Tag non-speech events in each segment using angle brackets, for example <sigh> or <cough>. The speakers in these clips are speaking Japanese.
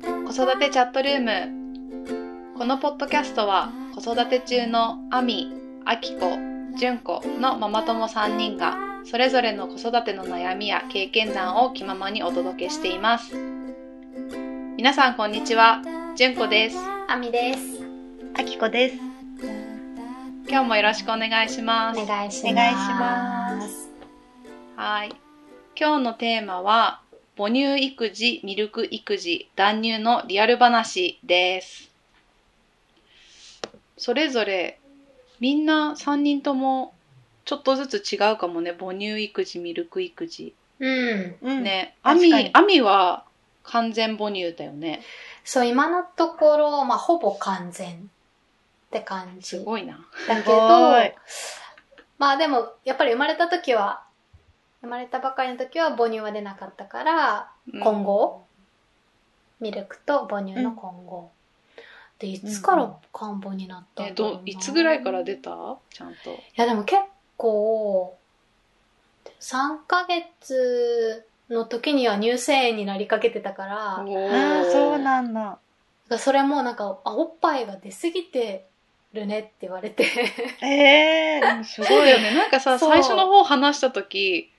子育てチャットルームこのポッドキャストは子育て中のアミ、アキコ、ジュンコのママ友3人がそれぞれの子育ての悩みや経験談を気ままにお届けしています皆さんこんにちは、ジュンコですあみです。あきこです。今日もよろしくお願いしますお願いします。お願いしますはい。今日のテーマは、母乳育児、ミルク育児、断乳のリアル話です。それぞれ、みんな3人とも、ちょっとずつ違うかもね。母乳育児、ミルク育児。うん。うん、ね。ア確ミかに、アミは完全母乳だよね。そう、今のところ、まあ、ほぼ完全って感すじ。ごいな。だけすごどい、まあでも、やっぱり生まれた時は、生まれたばかりの時は母乳は出なかったから、うん混合、ミルクと母乳の混合。で、いつから漢方になったえんだろうなど、いつぐらいから出たちゃんと。いやでも結構、3ヶ月の時には乳腺炎になりかけてたから、おーああ、そうなんだ。それもなんか、あ、おっぱいが出すぎてるねって言われて。ええー、でもすすごごいいよよね。ね。 <laughs> なんかさ、そう最初の方話した時、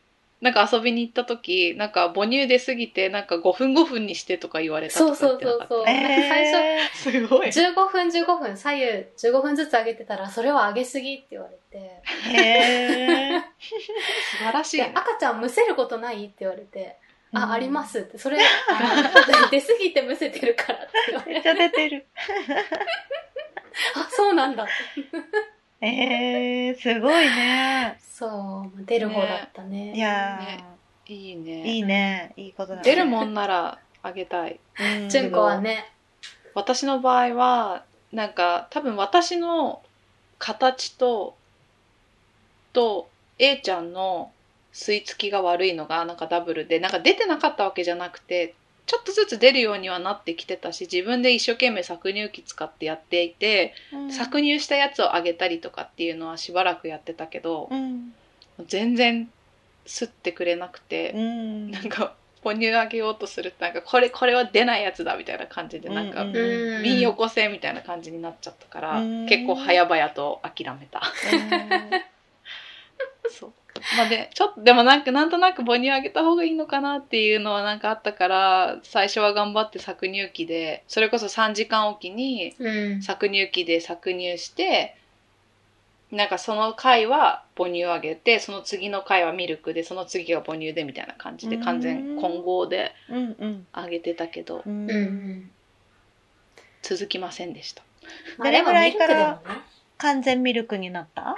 なんか遊びに行った時、なんか母乳出すぎて、なんか5分5分にしてとか言われたとそか言っうそうてそなうかっそう。えなんか最初、えた。すごい。 15分15分、左右15分ずつ上げてたら、それは上げすぎって言われて。ー、えー、。素晴らしいでね。赤ちゃんむせることないって言われて。あ、ありますすって。それ、出すぎてむせてるからって言わめれ。<laughs> ってちゃ出てる。あ、そうなんだって。ええー、すごいね。そう、出る方だったね。いやー、ねいいいね。いね。いいことだ、ね。出るもんならあげたい。うん。純子はね、私の場合は、なんか多分私の形と、と、A ちゃんの吸い付きが悪いのがなんかダブルで、なんか出てなかったわけじゃなくて、ちょっとずつ出るようにはなってきてたし、自分で一生懸命搾乳機使ってやっていて、うん、搾乳したやつをあげたりとかっていうのはしばらくやってたけど、うん。全然吸ってくれなく <laughs> て、うん。なんか母乳あげようとすると、なんかこれ、これは出ないやつだみたいな感じで、なんかうんうん。瓶よこせみたいな感じになっちゃったから、うん結構早々と諦めた <laughs> そうまあでちょっとでもなんかなんとなく母乳あげた方がいいのかなっていうのはなんかあったから最初は頑張って搾乳機でそれこそ3時間おきにうん。搾乳機で搾乳してなんかその回は母乳あげてその次の回はミルクでその次が母乳でみたいな感じでうん完全混合でうんうん。あげてたけどうんう。ん。続きませんでしたまあでもどれぐらいからミルクでもね完全ミルクになった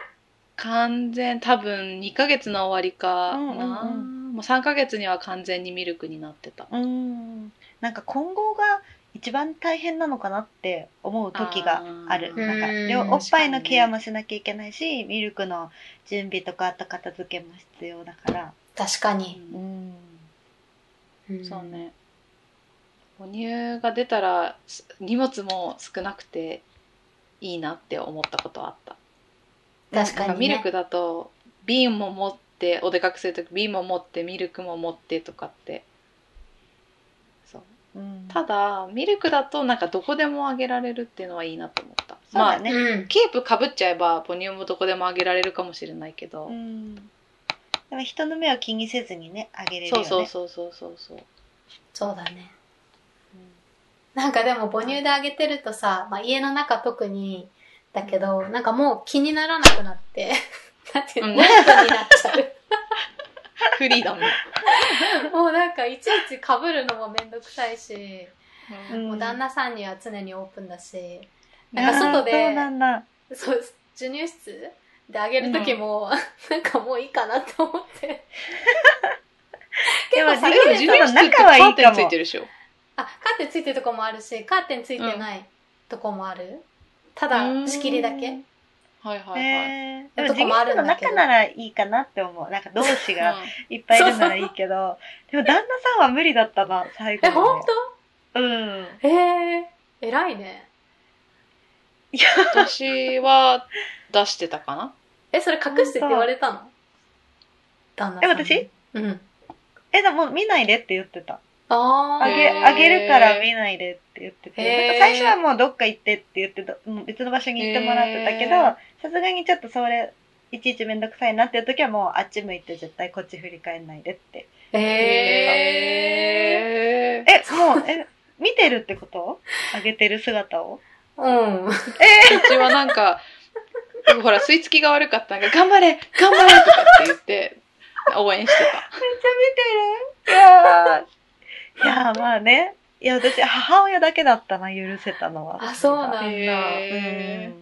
完全多分2ヶ月の終わりかな、うんうんうもう3ヶ月には完全にミルクになってたうん。なんか混合が一番大変なのかなって思う時があるあーなんかうん両おっぱいのケアもしなきゃいけないし、ミルクの準備とかあと片付けも必要だから確かに。うんんそう。ね母乳が出たらす荷物も少なくていいなって思ったことはあった確かなんかに、ね。ミルクだと瓶も持ってお出かけする時瓶も持ってミルクも持ってとかってそううんただミルクだとなんかどこでもあげられるっていうのはいいなと思った、そうまあだね、うん。ケープかぶっちゃえば母乳もどこでもあげられるかもしれないけど、うん、でも人の目を気にせずにねあげれるよそうねそうそうそうそうそう、そうだね。なんかでも母乳であげてるとさ、まあ家の中特に、だけど、なんかもう気にならなくな <laughs> って、なんていううの、んネットになっち <laughs> ゃう。フリーダム、もうなんかいちいち被るのもめんどくさいし、うんもう旦那さんには常にオープンだし、あーなんか外でそうなんだそう、授乳室であげる時も、 <laughs> なんかもういいかなって思 <laughs> って。で結も構あさでもれ授て乳る授室と、乳ってカーテンついてるでしょあ、カーテンついてるとこもあるし、カーテンついてないとこもある。たうだ、ん仕切りだけ。はいはいはい、えー、でもとこ授もある乳室んのだけど中ならいいかなって思うなんか同志がういっぱいいるならいいけど、でも旦那さんは無理だったな最後え、 <laughs> までほんとうんえー、偉いね。ん私は出してたかなえ、それ隠してって言われたの旦那さんに。え私うん。えでも見ないでって言ってたああーあげ、あげるから見ないでって言ってて、なんへーか最初はもうどっか行ってって言ってた、うん別の場所に行ってもらってたけどへー、さすがにちょっとそれ、いちいちめんどくさいなっていう時はもうあっち向いて絶対こっち振り返んないでって。へえ。ええ、もう、 <laughs> え、見てるってことあげてる姿をうん。ー、うちはなんか、ほら、吸い付きが悪かったんが、頑張れ頑張れとかって言って、応援してた。めっちゃ見てるいやー。いやーまあね。いや、私、母親だけだったな、許せたのは。あそうなんだへー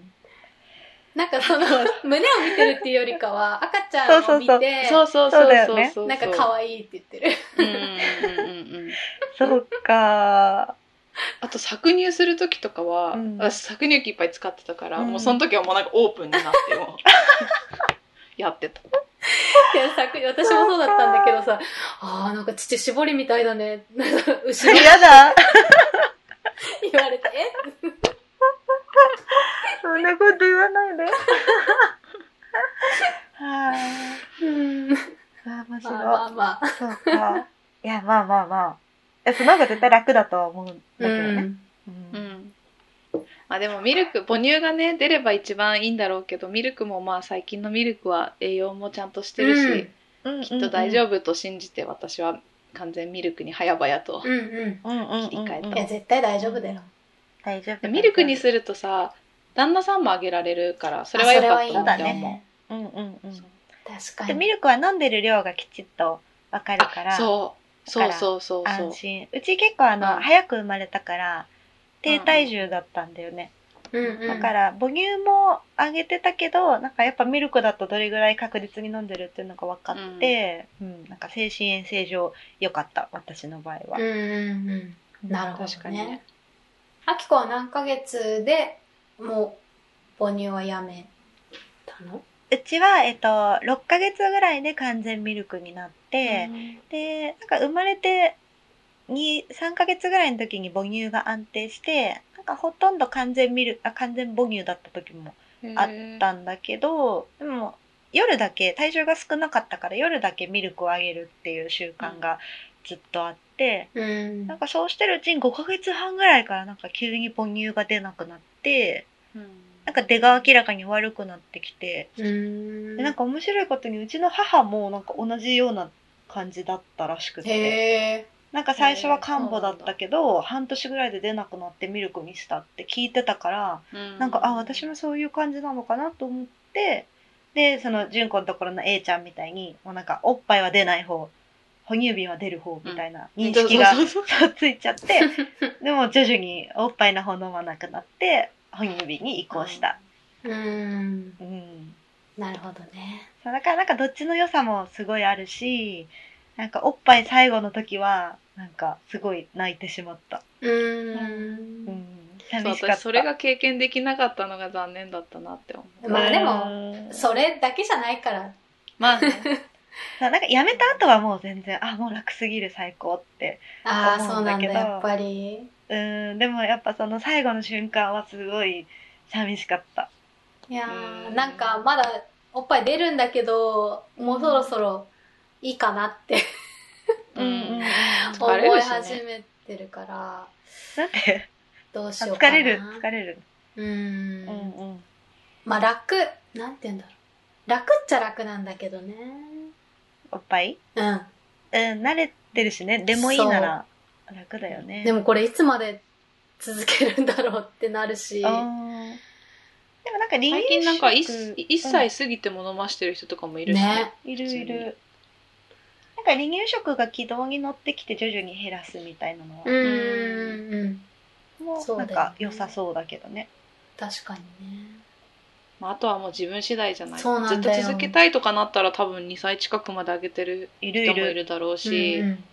なんか <laughs> その、胸を見てるっていうよりかは、赤ちゃんを見そうそうて、そうそうそそううだそよねうそう。なんか可愛いって言ってる。うんうんうんうん。 <laughs> そうかあと搾乳する時とかは、うん私搾乳機いっぱい使ってたから、うんもうその時はもうなんかオープンになって <laughs> もうやってた。いやさ私もそうだったんだけどさ、あーなんか父絞りみたいだね。なんか後ー。ろに嫌だ。言われて、えそんなこと言わない <laughs> で。はい。うん。あー、面まあま白あまあい。。そうか。いや、まあまあまあ。え、その方が絶対楽だとは思うんだけうどね。ん。うんうん。まあでもミルク母乳がね出れば一番いいんだろうけどミルクもまあ最近のミルクは栄養もちゃんとしてるし、うん。きっと大丈夫。夫と信じて私は完全ミルクに早々とう。んううんうんうん切り替えたん。いや、絶対大丈夫だよ。大丈夫。でミルクにするとさ旦那さんもあげられるからそれはあ良かっいいたんなだって思う。ね。うんうんうん。確かでミに。ルクは飲んでる量がきちっとわかるからあそうだそかうらそうそうそう安。心うち結構あの、うん早く生まれたから低体重だったんだよね、うんうん。だから母乳もあげてたけどなんかやっぱミルクだとどれぐらい確実に飲んでるっていうのが分かって、うんなんか精神衛生上良かった私の場合は、うんうんうん。なるほど、ね。確かにねあきこは何ヶ月でもう母乳はやめたのうちは、えっと、6ヶ月ぐらいで完全ミルクになって、でなんか生まれて23ヶ月ぐらいの時に母乳が安定してなんかほとんど完全ミルあ完全母乳だった時もうんあったんだけど、でも夜だけ体重が少なかったから夜だけミルクをあげるっていう習慣がずっとあって、うんなんかそうしてるうちに5ヶ月半ぐらいからなんか急に母乳が出なくなってうんなんか出が明らかに悪くなってきて、うんでなんか面白いことにうちの母もなんか同じような感じだったらしくて。へえなんか最初は看護だったけど、半年ぐらいで出なくなってミルクにしたって聞いてたから、なんか、あ、私もそういう感じなのかなと思って、で、その、純子のところの A ちゃんみたいに、もうなんか、おっぱいは出ない方、哺乳瓶は出る方みたいな認識が、そうそうそうそう <laughs> ついちゃって、でも徐々におっぱいの方飲まなくなって、哺乳瓶に移行した。うんうん。なるほどねそうだからなんかどっちの良さもすごいあるし、なんかおっぱい最後の時は、なんかすごい泣いてしまった。うんうんそう寂しかった私それが経験できなかったのが残念だったなって思う。まあでもうんそれだけじゃないからまあ <laughs> ね、なんかやめた後はもう全然あもう楽すぎる最高ってああ思そううんなだんけだどやっぱりうんでもやっぱその最後の瞬間はすごい寂しかったいやーうんなんかまだおっぱい出るんだけどもうそろそろいいかなってうんうん <laughs> 思疲れいるしね始めてるからだってどうしあようか疲なれる疲れるうんうんうんまあ楽なんて言うんだろう楽っちゃ楽なんだけどねおっぱいうんうん慣れてるしねでもいいなら楽だよねでもこれいつまで続けるんだろうってなるしあーでもなんか離乳最食近なんか一一歳過ぎても飲ましてる人とかもいるしねね。いるいるなんか離乳食が軌道に乗ってきて徐々に減らすみたいなのはう、んうんもそううなだんよねか良さそうだけどね確かにねまああとはもう自分次第じゃない。そうなんだずよっと続けたいとかなったら多分2歳近くまで上げてるいる人いもいるるだろううし、ん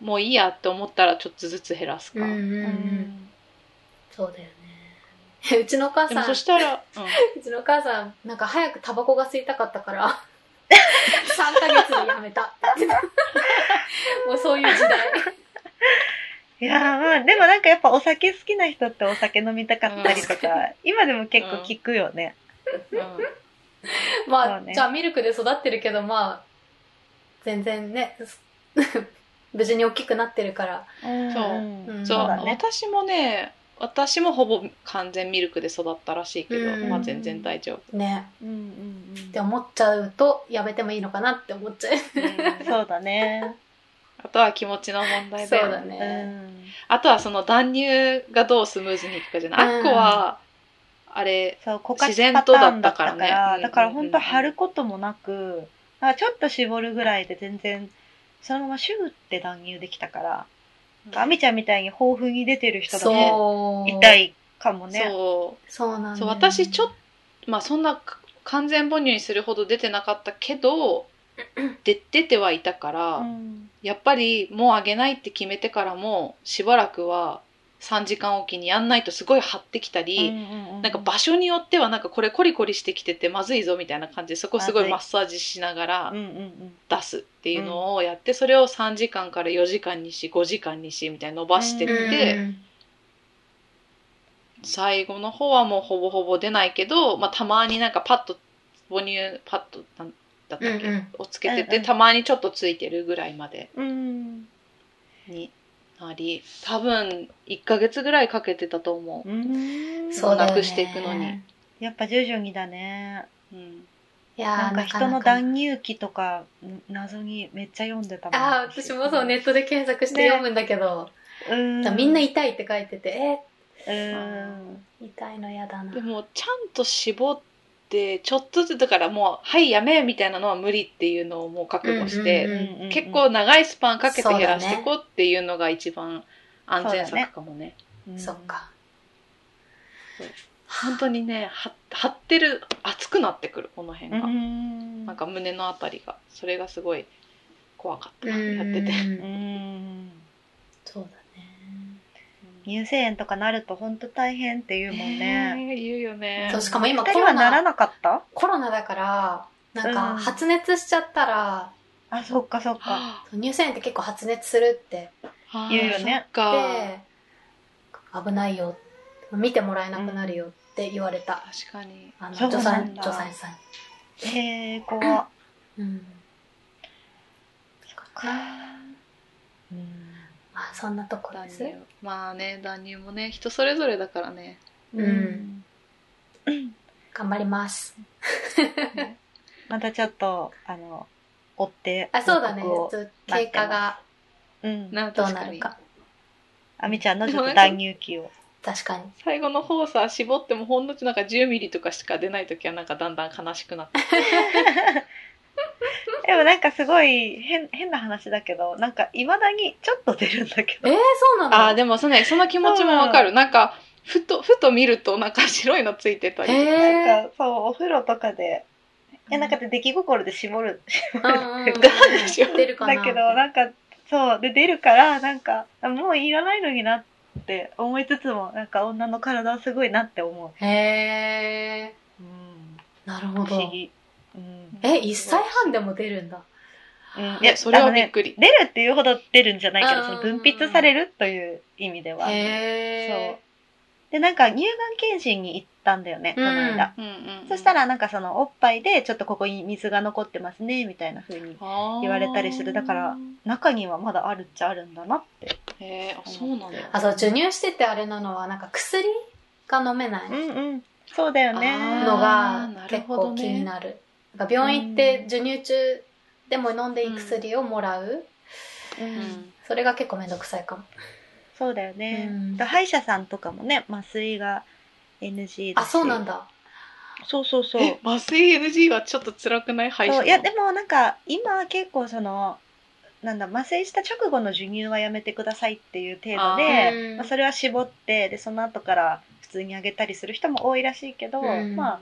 もういいやって思ったらちょっとずつ減らすうんか。うんうんううんんそうだよねうちのお母でさもんそしたら、うんうちのお母さんなんか早くタバコが吸いたかったから3ヶ月でやめたって言ってたもうそういう時代いやーまあでもなんかやっぱお酒好きな人ってお酒飲みたかったりとか、今でも結構聞くよね。うんまそあ、うねじゃあミルクで育ってるけどまあ全然ね <laughs> 無事に大きくなってるから。うんうんそうそうだね私もね私もほぼ完全ミルクで育ったらしいけど、うんまあ全然大丈 <laughs> 夫、ね。うんうんうんって思っちゃうと、やめてもいいのかなって思っちゃう。そうだねあとは気持ちの問題そだうよだ <laughs> ねうね。んあとはその断乳がどうスムーズにいくかじゃない、うんあっこはあれそう枯渇自然パタとだーンっただっかたかららねうんだから本当張ることもなくだからちょっと絞るぐらいで全然そのままシューって断乳できたからあみちゃんみたいに豊富に出てる人だねそう。痛。いかもねそうそうなんだよね、そう私ちょっとまあそんな完全母乳にするほど出てなかったけどで出てはいたから、うんやっぱりもうあげないって決めてからもしばらくは3時間おきにやんないとすごい張ってきたうり、んううなんか場所によってはなんかこれコリコリしてきててまずいぞみたいな感じでそこすごいマッサージしながらうんうんうん出すっていうのをやって、それを3時間から4時間にし5時間にしみたいに伸ばしてっとて。うん最後の方はもうほぼほぼ出ないけど、まあ、たまになんかパッと母乳パッとなんだったっけ、うんうんをつけてて、うんうんたまにちょっとついてるぐらいまでうんになり多分1ヶ月ぐらいかけてたと思うんそうだよなねくしていくのに。やっぱ徐々にだねう、うん、いやーなんか人のなか断乳期とかん謎にめっちゃ読んでたもんああ、私もそう、ネットで検索してね読むんだけど、うんみんな痛いって書いてて、えうんー痛いの嫌だなで。もちゃんと絞ってちょっとずつだからもう「はいやめ」みたいなのは無理っていうのをもう覚悟して、うんうんうん結構長いスパンかけてそうだね減らしていこうっていうのが一番安全策かもね。うんそっか。本当にねは張ってる熱くなってくるこの辺うが、んなんか胸のあたりがそれがすごい怖かったな、うんやってて、うんそうだね。乳腺炎とかなると本当大変って言うもんねえ言うよねそうしかも今二コ人ロはならナ、なかったコロナだから、なんうかん発熱しちゃったら、あそっかそっかは乳腺炎って結構発熱するってあ言うよねそっかで危ないよ見てもらえなくなるよって言われた、確かにあのそう助な産んだ助産師さんにえー、怖っうんうんまあそんなところ断です乳まあね断乳もね人それぞれだからねうん頑張りますまたちょっとあの追ってあそうだねち報ょっ告をと経過がう <laughs> んなどうな確るかにかあみちゃんのちょっと断乳期を確かに最後の方さ絞ってもほんのちょっとなんか1 0ミリとかしか出ない時はなんかだんだん悲しくなって <laughs> でもなんかすごい変変な話だけどなんかいまだにちょっと出るんだけえどー、そうあなあのでもそ,、ね、その気持ちもわかるなんかふとふと見るとなんか白いのついてたりとかえーなんかそうお風呂とかでいやなんかで出来心で絞る絞うるんうんっていううんかでしょ <laughs> 出るかなだけどなんかそうで出るからなんかもういらないのになって思いつつもなんか女の体はすごいなって思へえう、うん、なるほ不思ど議、うんえ一1歳半でも出るんだうん、いやそれはびっねくり、出るっていうほど出るんじゃないけうどんその分泌されるという意味では、へえそうでなんか乳がん検診に行ったんだよねこの間、うんうんうんそしたらなんかそのおっぱいでちょっとここに水が残ってますねみたいな風に言われたりするだから中にはまだあるっちゃあるんだなってへえあそうなんだあそう授乳しててあれなのはなんか薬が飲めないうんうんそうだよねのあがーなる結ほど構ね気になるなんか病院行って授乳中でも飲んでいい薬をもらう、うんうんそれが結構めんどくさいかもそうだよね、うんだ歯医者さんとかもね麻酔が NG だあしそうなんだそうそうそうえ麻酔 NG はちょっと辛くない歯医者そのういやでもなんか今結構そのなんだ麻酔した直後の授乳はやめてくださいっていう程度あーでまあ、それは絞ってでその後から普通にあげたりする人も多いらしいけど、うんまあ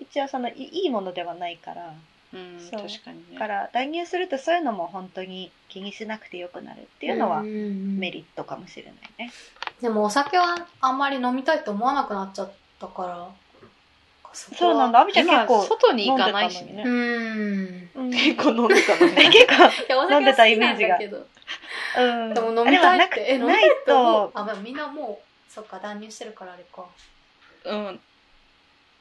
一応そのいいいものではないからうんそう確かにだかねら断乳するとそういうのも本当に気にしなくてよくなるっていうのはメメリットかもしれないね。でもお酒はあんまり飲みたいと思わなくなっちゃったからそこはそうなんだ、あみちゃん今結構外に行かないし飲んねでうんうん結 <laughs> 構飲んでたのね <laughs> 結構いやお酒飲んでたイメージが好きなんだうんけどでも飲みたいっあてえで飲もみなたいくないって思うとあまあみんなもうそっか断乳してるからあれかうん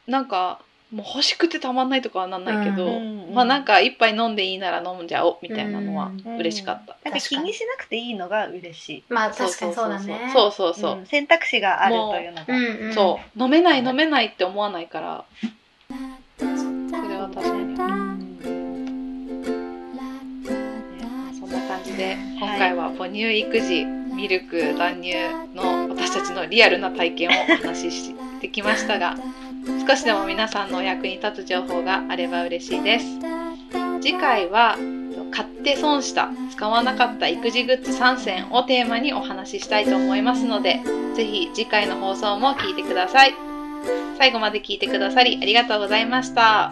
なんかもう欲しくてたまんないとかはなんないけど、うまあなんか、か一杯飲んでいいなら飲んじゃおうみたいなのは嬉しかった。なんか気にしなくていいのが嬉しい。まあそう確かにそうだね。そうそうそう。うん選択肢があるというのが。うんうんそう飲めない飲めないって思わないからそれは確かにそんな感じで今回は母乳育児ミルク断乳の私たちのリアルな体験をお話ししてきました <laughs> が少しでも皆さんのお役に立つ情報があれば嬉しいです次回は買って損した使わなかった育児グッズ3選をテーマにお話ししたいと思いますのでぜひ次回の放送も聞いてください最後まで聞いてくださりありがとうございました